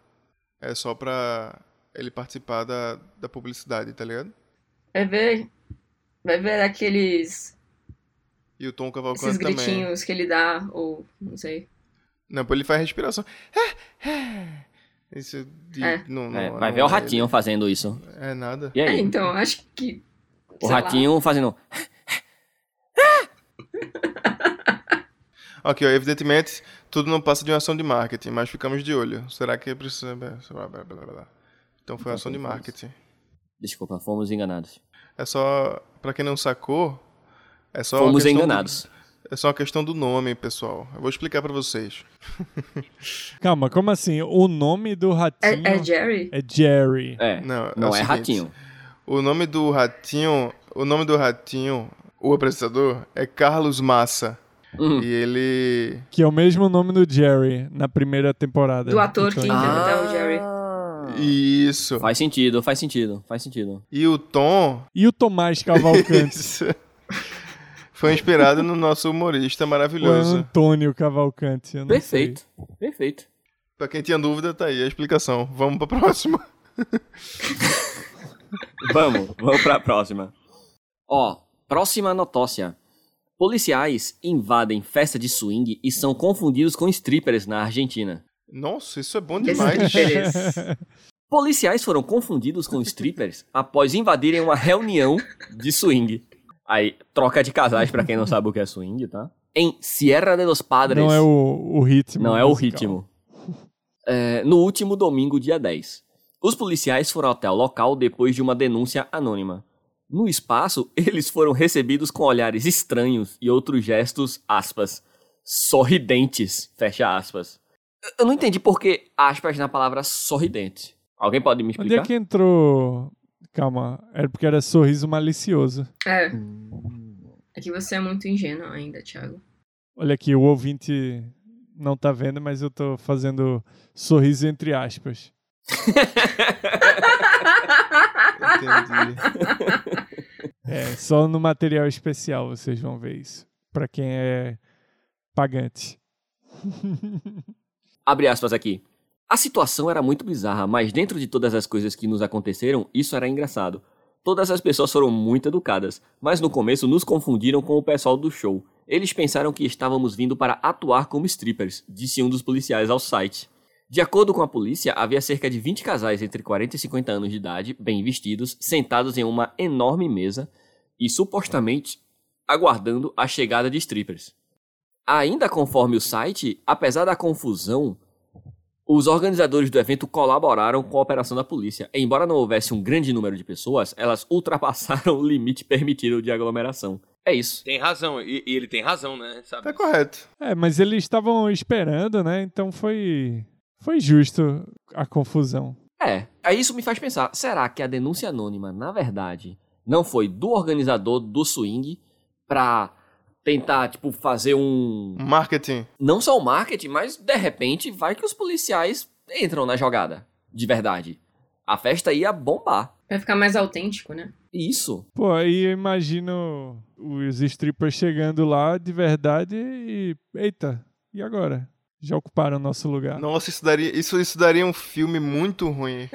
É só pra ele participar da, da publicidade, tá ligado?
Vai ver. Vai ver aqueles.
E o Tom Cavalcante
esses
também.
gritinhos que ele dá, ou não sei.
Não, pô, ele faz respiração. Esse de-
É.
não, não,
É, vai
não
ver o
é
Ratinho fazendo isso.
ele. É nada.
E
É,
aí?
então, acho que.
o
sei lá.
Ratinho fazendo.
Ok, ó, evidentemente, tudo não passa de uma ação de marketing, mas ficamos de olho. Será que precisa... blá, blá, blá, blá, blá. Então foi uma ação de marketing.
Desculpa, fomos enganados.
É só... Pra quem não sacou, é só uma
Fomos
questão do-
enganados.
É só uma questão do nome, pessoal. Eu vou explicar pra vocês.
Calma, como assim? O nome do ratinho
É, é Jerry?
é Jerry.
É. Não,
Não, é, o
é
seguinte,
Ratinho.
O nome do ratinho, o nome do ratinho, o apresentador é Carlos Massa
Uhum.
e ele
Que é o mesmo nome do Jerry na primeira temporada.
Do ator
Então,
que
é.
interpreta- Então, Jerry.
Ah. isso.
Faz sentido, faz sentido, faz sentido.
E o Tom
E o Tomás Cavalcante?
Isso. foi inspirado no nosso humorista
o
maravilhoso.
Antônio Cavalcante. eu não
Perfeito, perfeito.
Pra quem tinha dúvida, tá aí a explicação. Vamos pra próxima.
Vamos, vamos pra próxima. Ó, próxima notócia. Policiais invadem festa de swing e são confundidos com strippers na Argentina.
Nossa, isso é bom
Esses
demais.
interesse.
Policiais foram confundidos com strippers após invadirem uma reunião de swing. Aí, troca de casais, pra quem não sabe o que é swing, tá? Em Sierra de los
sei.
Padres.
Não é o, o ritmo.
Não é o
musical.
ritmo. É, no último domingo, dia 10. Os policiais foram até o local depois de uma denúncia anônima. No espaço, eles foram recebidos com olhares estranhos e outros gestos, aspas, sorridentes, fecha aspas. Eu- Eu não entendi por que aspas na palavra sorridente. Alguém pode me
Onde é
explicar?
que entrou. Calma, era porque era sorriso malicioso.
É. É que você é muito ingênuo ainda, Thiago.
Olha aqui, o ouvinte não tá vendo, mas eu tô fazendo sorriso entre aspas.
Entendi.
É, só no material especial vocês vão ver isso. Pra quem é pagante.
Abre aspas aqui. A situação era muito bizarra, mas dentro de todas as coisas que nos aconteceram, isso era engraçado. Todas as pessoas foram muito educadas, mas no começo nos confundiram com o pessoal do show. Eles pensaram que estávamos vindo para atuar como strippers, disse um dos policiais ao site. De acordo com a polícia, havia cerca de 20 casais entre 40 e 50 anos de idade, bem vestidos, sentados em uma enorme mesa e supostamente aguardando a chegada de strippers. Ainda conforme o site, apesar da confusão, os organizadores do evento colaboraram com a operação da polícia. Embora não houvesse um grande número de pessoas, elas ultrapassaram o limite permitido de aglomeração. É isso.
Tem razão, e, e ele tem razão, né? Sabe?
Tá correto.
É, mas eles estavam esperando, né? Então foi. Foi justo a confusão.
É, aí isso me faz pensar, será que a denúncia anônima, na verdade, não foi do organizador do swing pra tentar, tipo, fazer um...
Marketing.
Não só o marketing, mas de repente vai que os policiais entram na jogada, de verdade. A festa ia bombar.
Pra ficar mais autêntico, né?
Isso.
Pô, aí eu imagino os strippers chegando lá de verdade e. Eita, e agora? Já ocuparam o nosso lugar.
Nossa, isso daria, isso, isso daria um filme muito ruim.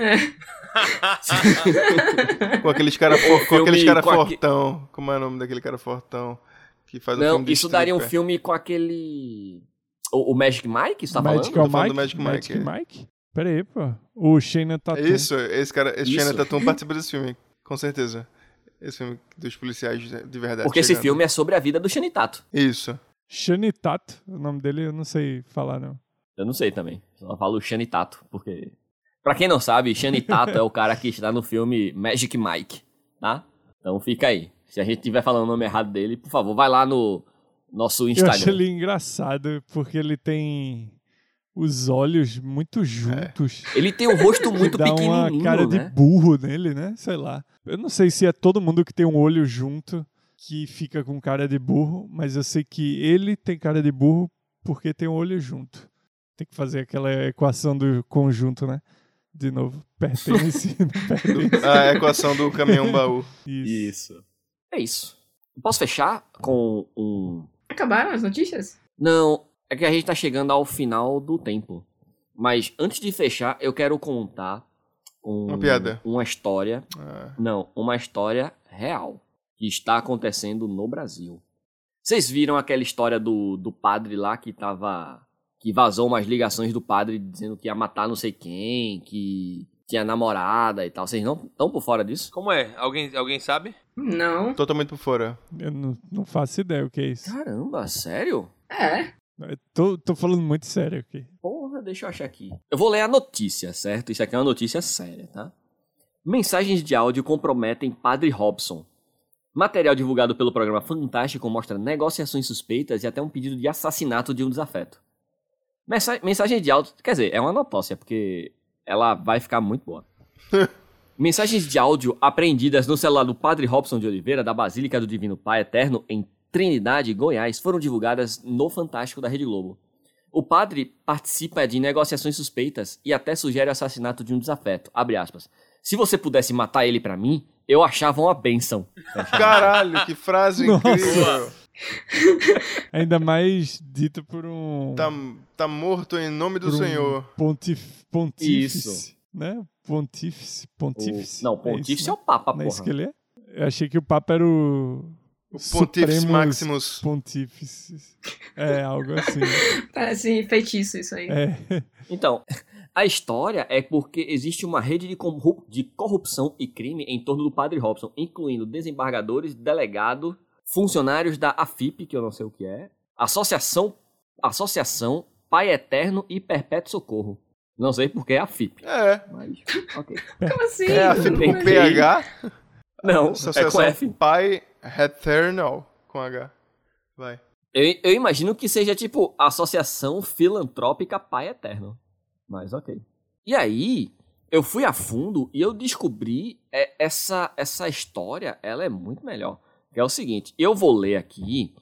com aqueles caras com
filme
aqueles cara
com aque-
fortão. Como é o nome daquele cara fortão? Que faz um
Não,
filme de
isso daria um
stripper.
filme com aquele... O, o Magic Mike, você tá
Magical
Tô
falando?
falando
Mike?
do Magic
Magic
Mike,
Mike? Pera aí, pô. O Shane tá
É Isso, esse cara, esse
Isso.
Shannon Tatum participa desse filme, com certeza. Esse filme dos policiais de verdade.
Porque esse
chegando.
filme é sobre a vida do Shanitato.
Isso.
Shane Tato, o nome dele eu não sei falar, não.
Eu não sei também. Só falo Shanitato, porque... Pra quem não sabe, Shanitato é o cara que está no filme Magic Mike, tá? Então fica aí. Se a gente tiver falando o nome errado dele, por favor, vai lá no nosso
Eu acho
Instagram.
ele engraçado porque ele tem os olhos
É.
muito juntos.
Ele tem um rosto muito
Dá uma
pequenininho,
cara de
né?
burro nele, né? Sei lá. Eu não sei se é todo mundo que tem um olho junto que fica com cara de burro, mas eu sei que ele tem cara de burro porque tem um olho junto. Tem que fazer aquela equação do conjunto, né? De novo, pertence, não pertence.
A equação do caminhão baú.
Isso.
Isso. É isso. Posso fechar com um...
Acabaram as notícias?
Não, é que a gente tá chegando ao final do tempo. Mas antes de fechar, eu quero contar um-
Uma piada.
uma história
Ah,
Não, uma história real que está acontecendo no Brasil. Vocês viram aquela história do, do padre lá que tava. que vazou umas ligações do padre dizendo que ia matar não sei quem, que tinha namorada e tal. Vocês não estão por fora disso?
Como é? Alguém, alguém sabe?
Não.
totalmente por fora.
Eu não, não faço ideia o que é isso.
Caramba, sério?
É.
Eu tô, tô falando muito sério aqui.
Porra, deixa eu achar aqui. Eu vou ler a notícia, certo? Isso aqui é uma notícia séria, tá? Mensagens de áudio comprometem Padre Robson. Material divulgado pelo programa Fantástico mostra negociações suspeitas e até um pedido de assassinato de um desafeto. Mensa- Mensagens de áudio. Quer dizer, é uma notócia, porque ela vai ficar muito boa. Mensagens de áudio apreendidas no celular do Padre Robson de Oliveira, da Basílica do Divino Pai Eterno, em Trinidade, Goiás, foram divulgadas no Fantástico da Rede Globo. O padre participa de negociações suspeitas e até sugere o assassinato de um desafeto. Abre aspas. Se você pudesse matar ele pra mim, eu achava uma bênção.
Caralho, que frase
Nossa.
incrível.
Ainda mais dito por um.
Tá, tá morto em nome do
Por um-
Senhor.
Pontif, pontífice.
Isso.
Né? Pontífice. Pontífice.
O- Não, pontífice é, o papa,
Não é isso que
porra.
ele é? Eu achei que o Papa era o.
O Pontífice
Supremos
Maximus.
Pontífice. É, algo assim.
Parece feitiço isso aí.
É.
Então, a história é porque existe uma rede de, corru- de corrupção e crime em torno do padre Robson, incluindo desembargadores, delegado, funcionários da AFIP, que eu não sei o que é, Associação, Associação Pai Eterno e Perpétuo Socorro. Não sei porque é AFIP,
É.
mas ok.
Como assim?
É a
Tudo
FIP
bem.
com PH.
Não, é com
Associação
F.
Pai Eternal com H. Vai.
Eu, eu imagino que seja tipo Associação Filantrópica Pai Eterno. Mas ok. E aí, eu fui a fundo e eu descobri é, essa, essa história, ela é muito melhor. Que é o seguinte, eu vou ler aqui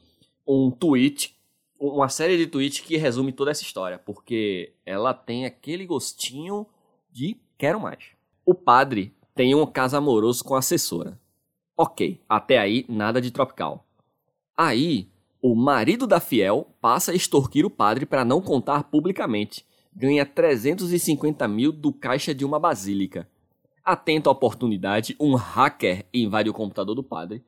um tweet, uma série de tweets que resume toda essa história, porque ela tem aquele gostinho de quero mais. O padre tem um caso amoroso com a assessora. Ok, até aí nada de tropical. Aí, o marido da fiel passa a extorquir o padre para não contar publicamente. ganha 350 mil do caixa de uma basílica. Atento à oportunidade, um hacker invade o computador do padre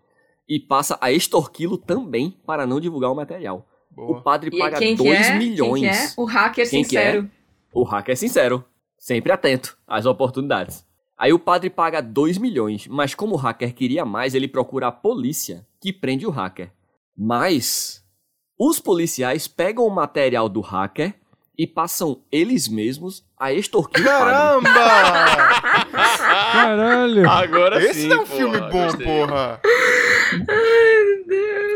e passa a extorquí-lo também para não divulgar o material. O
Boa.
padre
E
paga
quem
2
que é?
milhões.
Quem que é? O hacker
Quem que é?
sincero.
O hacker é sincero, sempre atento às oportunidades. Aí o padre paga 2 milhões, mas como o hacker queria mais, ele procura a polícia, que prende o hacker. Mas os policiais pegam o material do hacker e passam eles mesmos a extorquir o padre.
Caramba!
Caralho!
Agora
Esse
sim.
não é um
porra,
filme bom,
gostei.
porra!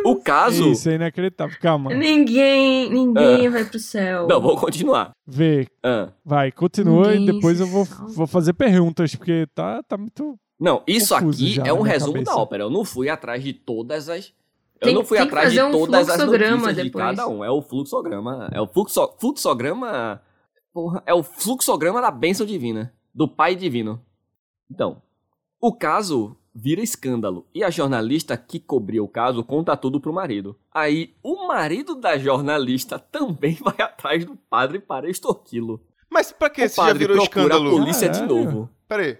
O caso.
Isso é inacreditável. Calma.
Ninguém, ninguém vai pro céu.
É. Não, vou continuar.
Vê.
Ah,
Vai, continua e
Ninguém
depois
se
eu vou,
salva.
vou fazer perguntas, porque tá, tá muito.
Não, isso
Confuso
aqui
já
é um
na minha
resumo
cabeça.
da ópera. Eu não fui atrás de todas as.
Tem-
eu não fui
tem que
atrás de
fazer um
todas as
fluxograma
notícias de
depois.
cada um. É o fluxograma. É o fluxo, fluxograma. Porra, é o fluxograma da bênção divina. Do Pai Divino. Então, o caso vira escândalo. E a jornalista que cobria o caso conta tudo pro marido. Aí, o marido da jornalista também vai atrás do padre para extorquí-lo.
Mas pra que
O
esse já
padre
virou
procura a
escândalo?
polícia de
Caralho.
novo.
Pera aí.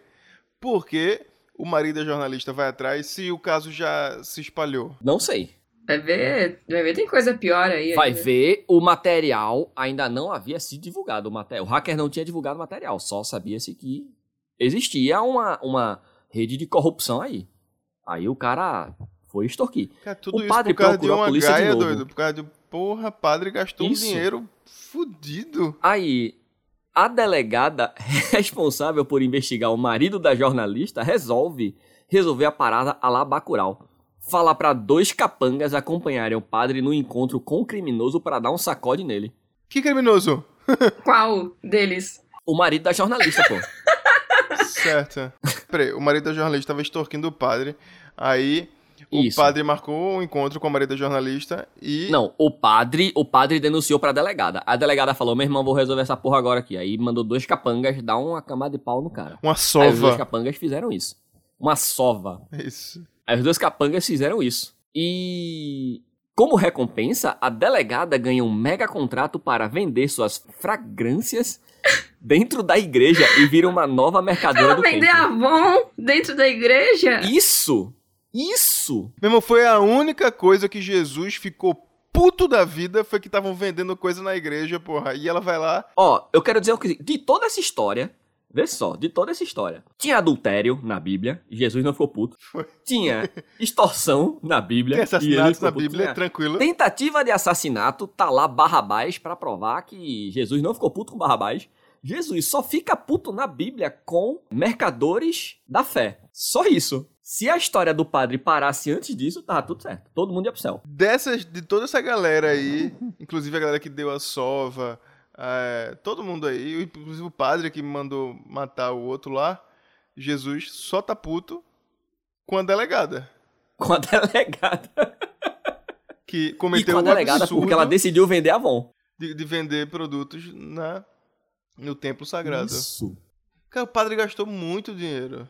Por que o marido da jornalista vai atrás se o caso já se espalhou?
Não sei.
Vai ver, vai ver, tem coisa pior aí. né?
Vai
ainda.
ver, o material ainda não havia sido divulgado. O, material. o hacker não tinha divulgado o material, só sabia-se que existia uma, uma rede de corrupção aí. Aí o cara foi extorquir.
Cara, tudo
O
isso
padre
por causa de
procurou a
uma
polícia de
gaia,
novo.
doido. Por causa de. Porra, padre gastou
Isso.
um dinheiro fudido.
Aí a delegada responsável por investigar o marido da jornalista resolve resolver a parada a la Bacurau. Fala pra dois capangas acompanharem o padre no encontro com o criminoso pra dar um sacode nele.
Que criminoso!
Qual deles?
O marido da jornalista, pô.
certo. Peraí, o marido da jornalista tava extorquindo o padre. Aí o
Isso.
padre marcou um encontro com o marido da jornalista e.
Não, o padre, o padre denunciou pra delegada. A delegada falou: "Meu irmão, vou resolver essa porra agora aqui". Aí mandou dois capangas dar uma camada de pau no cara.
Uma
Aí os dois
sova.
capangas fizeram isso. Uma sova.
Isso.
Aí os dois capangas fizeram isso. E como recompensa, a delegada ganha um mega contrato para vender suas fragrâncias dentro da igreja e vira uma nova mercadora
Ela
do
vender
templo.
Avon dentro da igreja?
Isso! Isso!
Meu irmão, foi a única coisa que Jesus ficou puto da vida foi que estavam vendendo coisa na igreja, porra. E ela vai lá.
Ó, eu quero dizer o que de toda essa história, vê só, de toda essa história. Tinha adultério na Bíblia, e Jesus não ficou puto.
Foi.
Tinha extorsão na
Tem
Bíblia, e ele não
assassinatos
ficou
na
puto.
Bíblia,
Tinha
tranquilo.
Tentativa de assassinato, tá lá Barrabás pra provar que Jesus não ficou puto com Barrabás. Jesus só fica puto na Bíblia com mercadores da fé. Só isso. Se a história do padre parasse antes disso, tava tudo certo. Todo mundo ia pro céu.
Dessas, de toda essa galera aí, inclusive a galera que deu a sova, é, todo mundo aí, inclusive o padre que mandou matar o outro lá, Jesus só tá puto com a delegada.
Com a delegada.
Que
E com
cometeu
a
o
delegada,
absurdo
porque ela decidiu vender Avon.
de, de vender produtos na, no templo sagrado.
Isso.
Cara, o padre gastou muito dinheiro.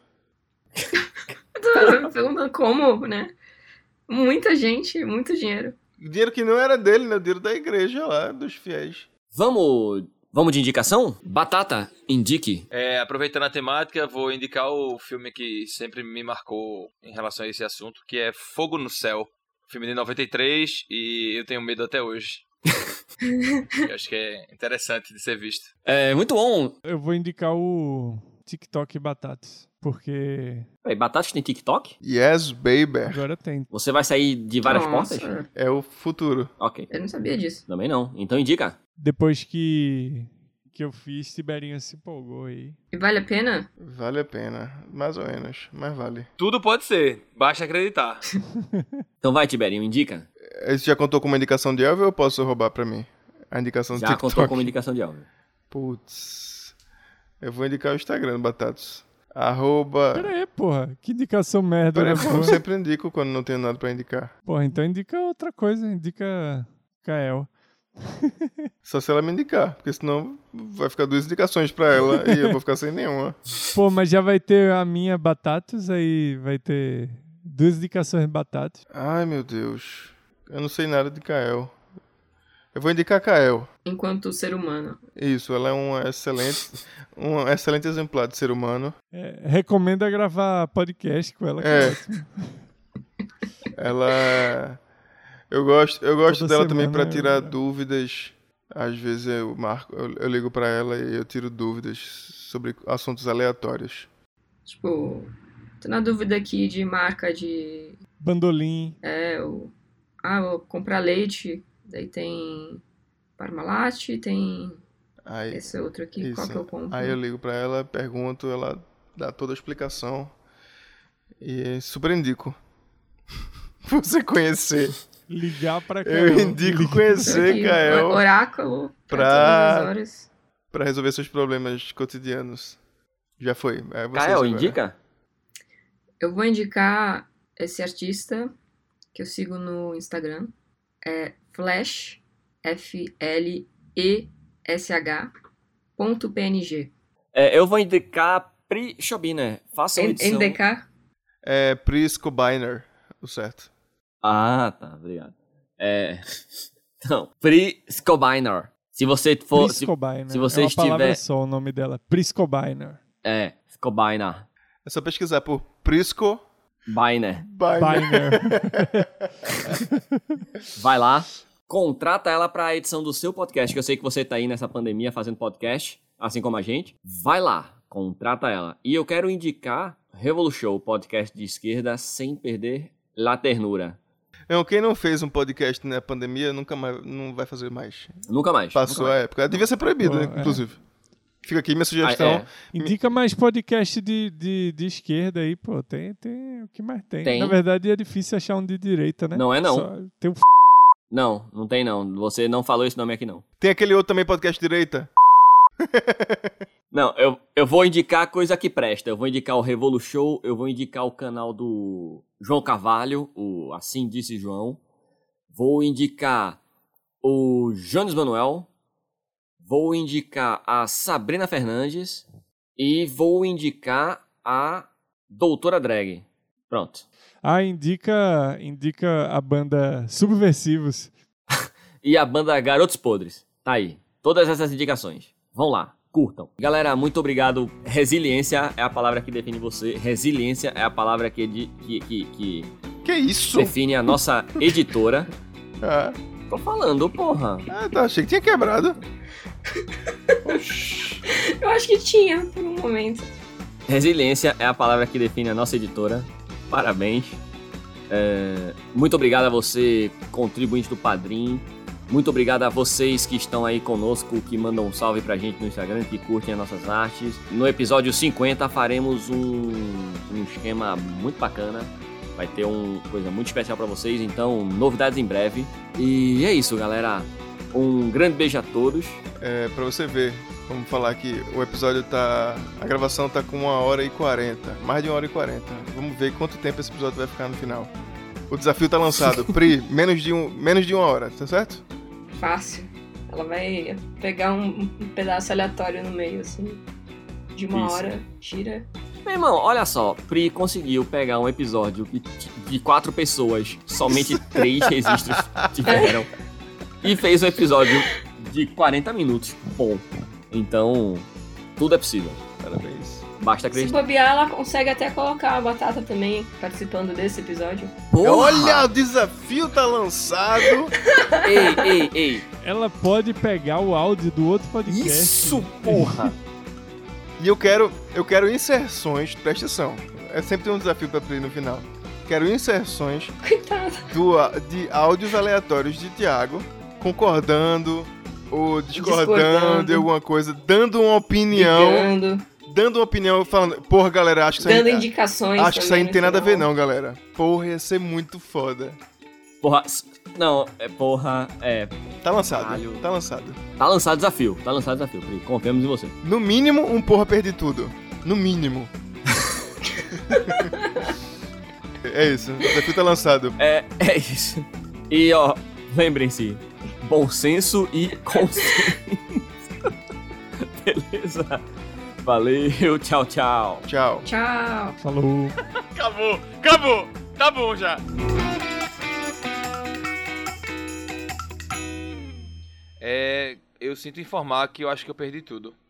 Tô perguntando como, né? Muita gente, muito dinheiro.
Dinheiro que não era dele, né? O dinheiro da igreja lá, dos fiéis.
Vamos, vamos de indicação? Batata, indique.
É, aproveitando a temática, vou indicar o filme que sempre me marcou em relação a esse assunto, que é Fogo no Céu. Filme de 93 e eu tenho medo até hoje. eu acho que é interessante de ser visto.
É muito bom.
Eu vou indicar o TikTok Batatas, porque
Peraí, Batatas tem TikTok?
Yes, baby.
agora tem.
Você vai sair de várias
Nossa,
portas?
É o futuro.
Ok.
Eu não sabia disso.
Também não. Então indica.
Depois que, que eu fiz, Tiberinha se empolgou aí.
E vale a pena?
Vale a pena. Mais ou menos, mas vale.
Tudo pode ser, basta acreditar.
Então vai, Tiberinho, indica.
Esse já contou como indicação de Elvio ou eu posso roubar pra mim? A indicação do
Já
TikTok.
contou como indicação de áudio.
Putz. Eu vou indicar o Instagram, Batatos. Arroba...
Pera aí, porra, que indicação merda,
Peraí,
né,
eu
porra?
sempre indico quando não tenho nada pra indicar.
Porra, então indica outra coisa, indica Kael.
Só se ela me indicar, porque senão vai ficar duas indicações pra ela e eu vou ficar sem nenhuma.
Pô, mas já vai ter a minha Batatas, aí vai ter duas indicações de Batatas.
Ai, meu Deus. Eu não sei nada de Kael. Eu vou indicar Kael.
enquanto ser humano.
Isso, ela é um excelente, um excelente exemplar de ser humano.
É, recomenda gravar podcast com ela. que
É.
ótimo.
Ela. Eu gosto, eu gosto
Toda
dela também
semana
pra
é
tirar
melhor.
dúvidas. Às vezes eu marco, eu, eu ligo pra ela e eu tiro dúvidas sobre assuntos aleatórios.
Tipo, tô na dúvida aqui de marca de.
Bandolim.
É, o, ah, vou comprar leite. Daí tem Parmalat, tem
Aí,
esse outro aqui. Qual
Isso.
que eu compro?
aí eu ligo pra ela, pergunto, ela dá toda a explicação. E super indico. Você conhecer.
Ligar pra Carol.
Eu indico
Ligar.
Isso
conhecer,
aqui, o-
Kael,
Oráculo
pra-
pra todas as horas.
pra resolver seus problemas cotidianos. Já foi. É vocês
Kael,
agora.
indica?
Eu vou indicar esse artista que eu sigo no Instagram. É Flash, F-L-E-S-H, ponto PNG.
É, eu vou indicar Pri Chobina. Faça uma
N-
edição.
NDK?
É Prisco Biner, o certo.
Ah, tá, obrigado. É. Não, Pri Scobiner. Se você for. se-
Priscobiner.
se você
é uma
estiver-
palavra só o nome dela. Priscobiner.
é, Scobiner.
É só pesquisar por Prisco
Biner.
Biner.
Biner.
Vai lá, contrata ela pra edição do seu podcast, que eu sei que você tá aí nessa pandemia fazendo podcast, assim como a gente. Vai lá, contrata ela. E eu quero indicar Revolution, o podcast de esquerda sem perder la ternura.
Não, quem não fez um podcast na pandemia nunca mais não vai fazer mais.
Nunca mais.
Passou
nunca
a época. Devia ser proibido,
Pô,
né,
é. Ah,
inclusive. Fica aqui minha
mais. Ah, é.
sugestão.
Indica mais podcast de, de, de esquerda aí, pô. Tem, tem o que mais tem.
Tem.
Na verdade, é difícil achar um de direita, né?
Não é não.
Só tem o f...
Não, não tem não. Você não falou esse nome aqui não.
Tem aquele outro também, podcast direita.
Não, eu, eu vou indicar coisa que presta. Eu vou indicar o Revolu Show, eu vou indicar o canal do João Carvalho, o Assim Disse João. Vou indicar o Jones Manuel. Vou indicar a Sabrina Fernandes. E vou indicar a Doutora Drag. Pronto.
Ah, indica, indica a banda Subversivos.
E a banda Garotos Podres. Tá aí. Todas essas indicações. Vão lá. Curtam. Galera, muito obrigado. Resiliência é a palavra que define você. Resiliência é a palavra que, edi- que- que- que
Que isso?
define a nossa editora.
Ah,
Tô falando, porra.
ah, tá, achei que tinha quebrado.
Eu acho que tinha por um momento.
Resiliência é a palavra que define a nossa editora. Parabéns. É, muito obrigado a você, contribuinte do Padrim. Muito obrigado a vocês que estão aí conosco, que mandam um salve pra gente no Instagram, que curtem as nossas artes. No episódio 50 faremos um, um esquema muito bacana. Vai ter uma coisa muito especial pra vocês, então novidades em breve. E é isso, galera. Um grande beijo a todos.
É, pra você ver, vamos falar que o episódio tá. A gravação tá com uma hora e quarenta. Mais de uma hora e quarenta. Vamos ver quanto tempo esse episódio vai ficar no final. O desafio tá lançado. Pri, menos de, um, menos de uma hora, tá certo?
Fácil. Ela vai pegar um, um pedaço aleatório no meio, assim. De uma
Isso.
hora, tira.
Meu irmão, olha só, Pri conseguiu pegar um episódio que t- de quatro pessoas, somente três registros tiveram, e fez um episódio de 40 minutos. Bom, então tudo é possível.
Parabéns.
Basta
Se
acreditar.
bobear, ela consegue até colocar a batata também participando desse episódio.
Porra!
Olha, o desafio tá lançado.
Ei, ei, ei!
Ela pode pegar o áudio do outro podcast.
Isso, porra!
E eu quero, eu quero inserções, presta atenção. É sempre um desafio pra Pri no final. Quero inserções
Coitada.
do, á- de áudios aleatórios de Thiago concordando ou discordando,
Discordando.
de alguma coisa, dando uma opinião,
Brigando,
dando uma opinião falando, porra, galera, acho que isso aí, é-"
dando indicações.
acho que isso aí
também né?
não
no
tem nada a ver
final.
não, galera. Porra, ia ser muito foda.
Porra, s- não, é porra, é.
Tá lançado,
Caralho.
tá lançado.
Tá lançado desafio, tá lançado desafio, Pri, confiamos em você.
No mínimo, um porra perdi tudo. No mínimo. é isso, o desafio tá lançado.
É, é isso. E ó, lembrem-se, bom senso e consenso. Beleza? Valeu, tchau, tchau.
Tchau.
Tchau.
Falou.
Acabou, acabou. Tá bom já.
É, eu eu sinto informar que eu acho que eu perdi tudo.